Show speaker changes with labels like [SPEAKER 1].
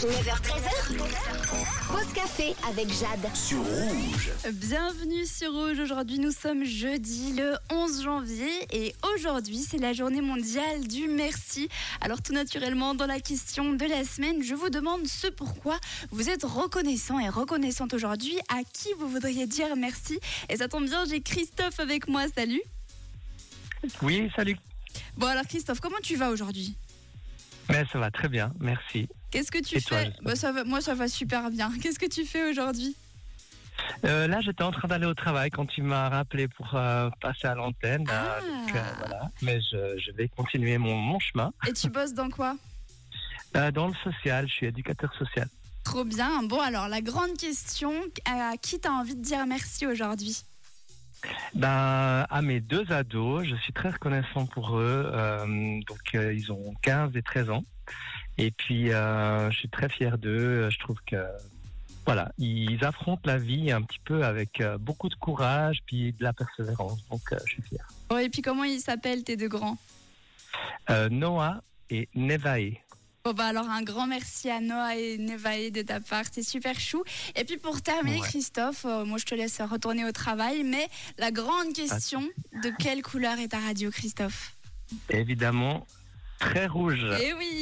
[SPEAKER 1] 9h13h, pause café avec Jade.
[SPEAKER 2] sur rouge.
[SPEAKER 3] Bienvenue sur Rouge. Aujourd'hui, nous sommes jeudi le 11 janvier et aujourd'hui, c'est la journée mondiale du merci. Alors, tout naturellement, dans la question de la semaine, je vous demande ce pourquoi vous êtes reconnaissant et reconnaissante aujourd'hui, à qui vous voudriez dire merci. Et ça tombe bien, j'ai Christophe avec moi. Salut.
[SPEAKER 4] Oui, salut.
[SPEAKER 3] Bon, alors, Christophe, comment tu vas aujourd'hui
[SPEAKER 4] Mais Ben, ça va très bien, merci.
[SPEAKER 3] Qu'est-ce que tu
[SPEAKER 4] Et toi,
[SPEAKER 3] fais
[SPEAKER 4] Alpha
[SPEAKER 3] Bah, ça va- Moi, ça va super bien. Qu'est-ce que tu fais aujourd'hui
[SPEAKER 4] Euh, là, j'étais en train d'aller au travail quand tu m'as rappelé pour euh, passer à l'antenne. euh,
[SPEAKER 3] Ah.
[SPEAKER 4] donc, euh, voilà. Mais je, je vais continuer mon, mon chemin.
[SPEAKER 3] Ah, Et tu bosses dans quoi
[SPEAKER 4] Euh, dans le social, je suis éducateur social.
[SPEAKER 3] Trop bien. Bon, alors, la grande question, euh, à qui t'as envie de dire merci aujourd'hui
[SPEAKER 4] Ben, à mes deux ados, je suis très reconnaissant pour eux. Euh, donc, euh, ils ont 15 et 13 ans. Et puis, euh, je suis très fier d'eux. Je trouve que, voilà, ils affrontent la vie un petit peu avec euh, beaucoup de courage puis de la persévérance. Donc, euh, je suis fier.
[SPEAKER 3] Bon, Oh, et puis comment ils s'appellent tes deux grands
[SPEAKER 4] Euh, Noah et Nevae.
[SPEAKER 3] Bon, bah alors, un grand merci à Noah et Nevae de ta part. C'est super chou. Et puis, pour terminer,
[SPEAKER 4] Ouais.
[SPEAKER 3] Christophe, euh, moi, je te laisse retourner au travail, mais la grande question, de quelle couleur est ta radio, Christophe
[SPEAKER 4] Évidemment, très rouge.
[SPEAKER 3] Eh oui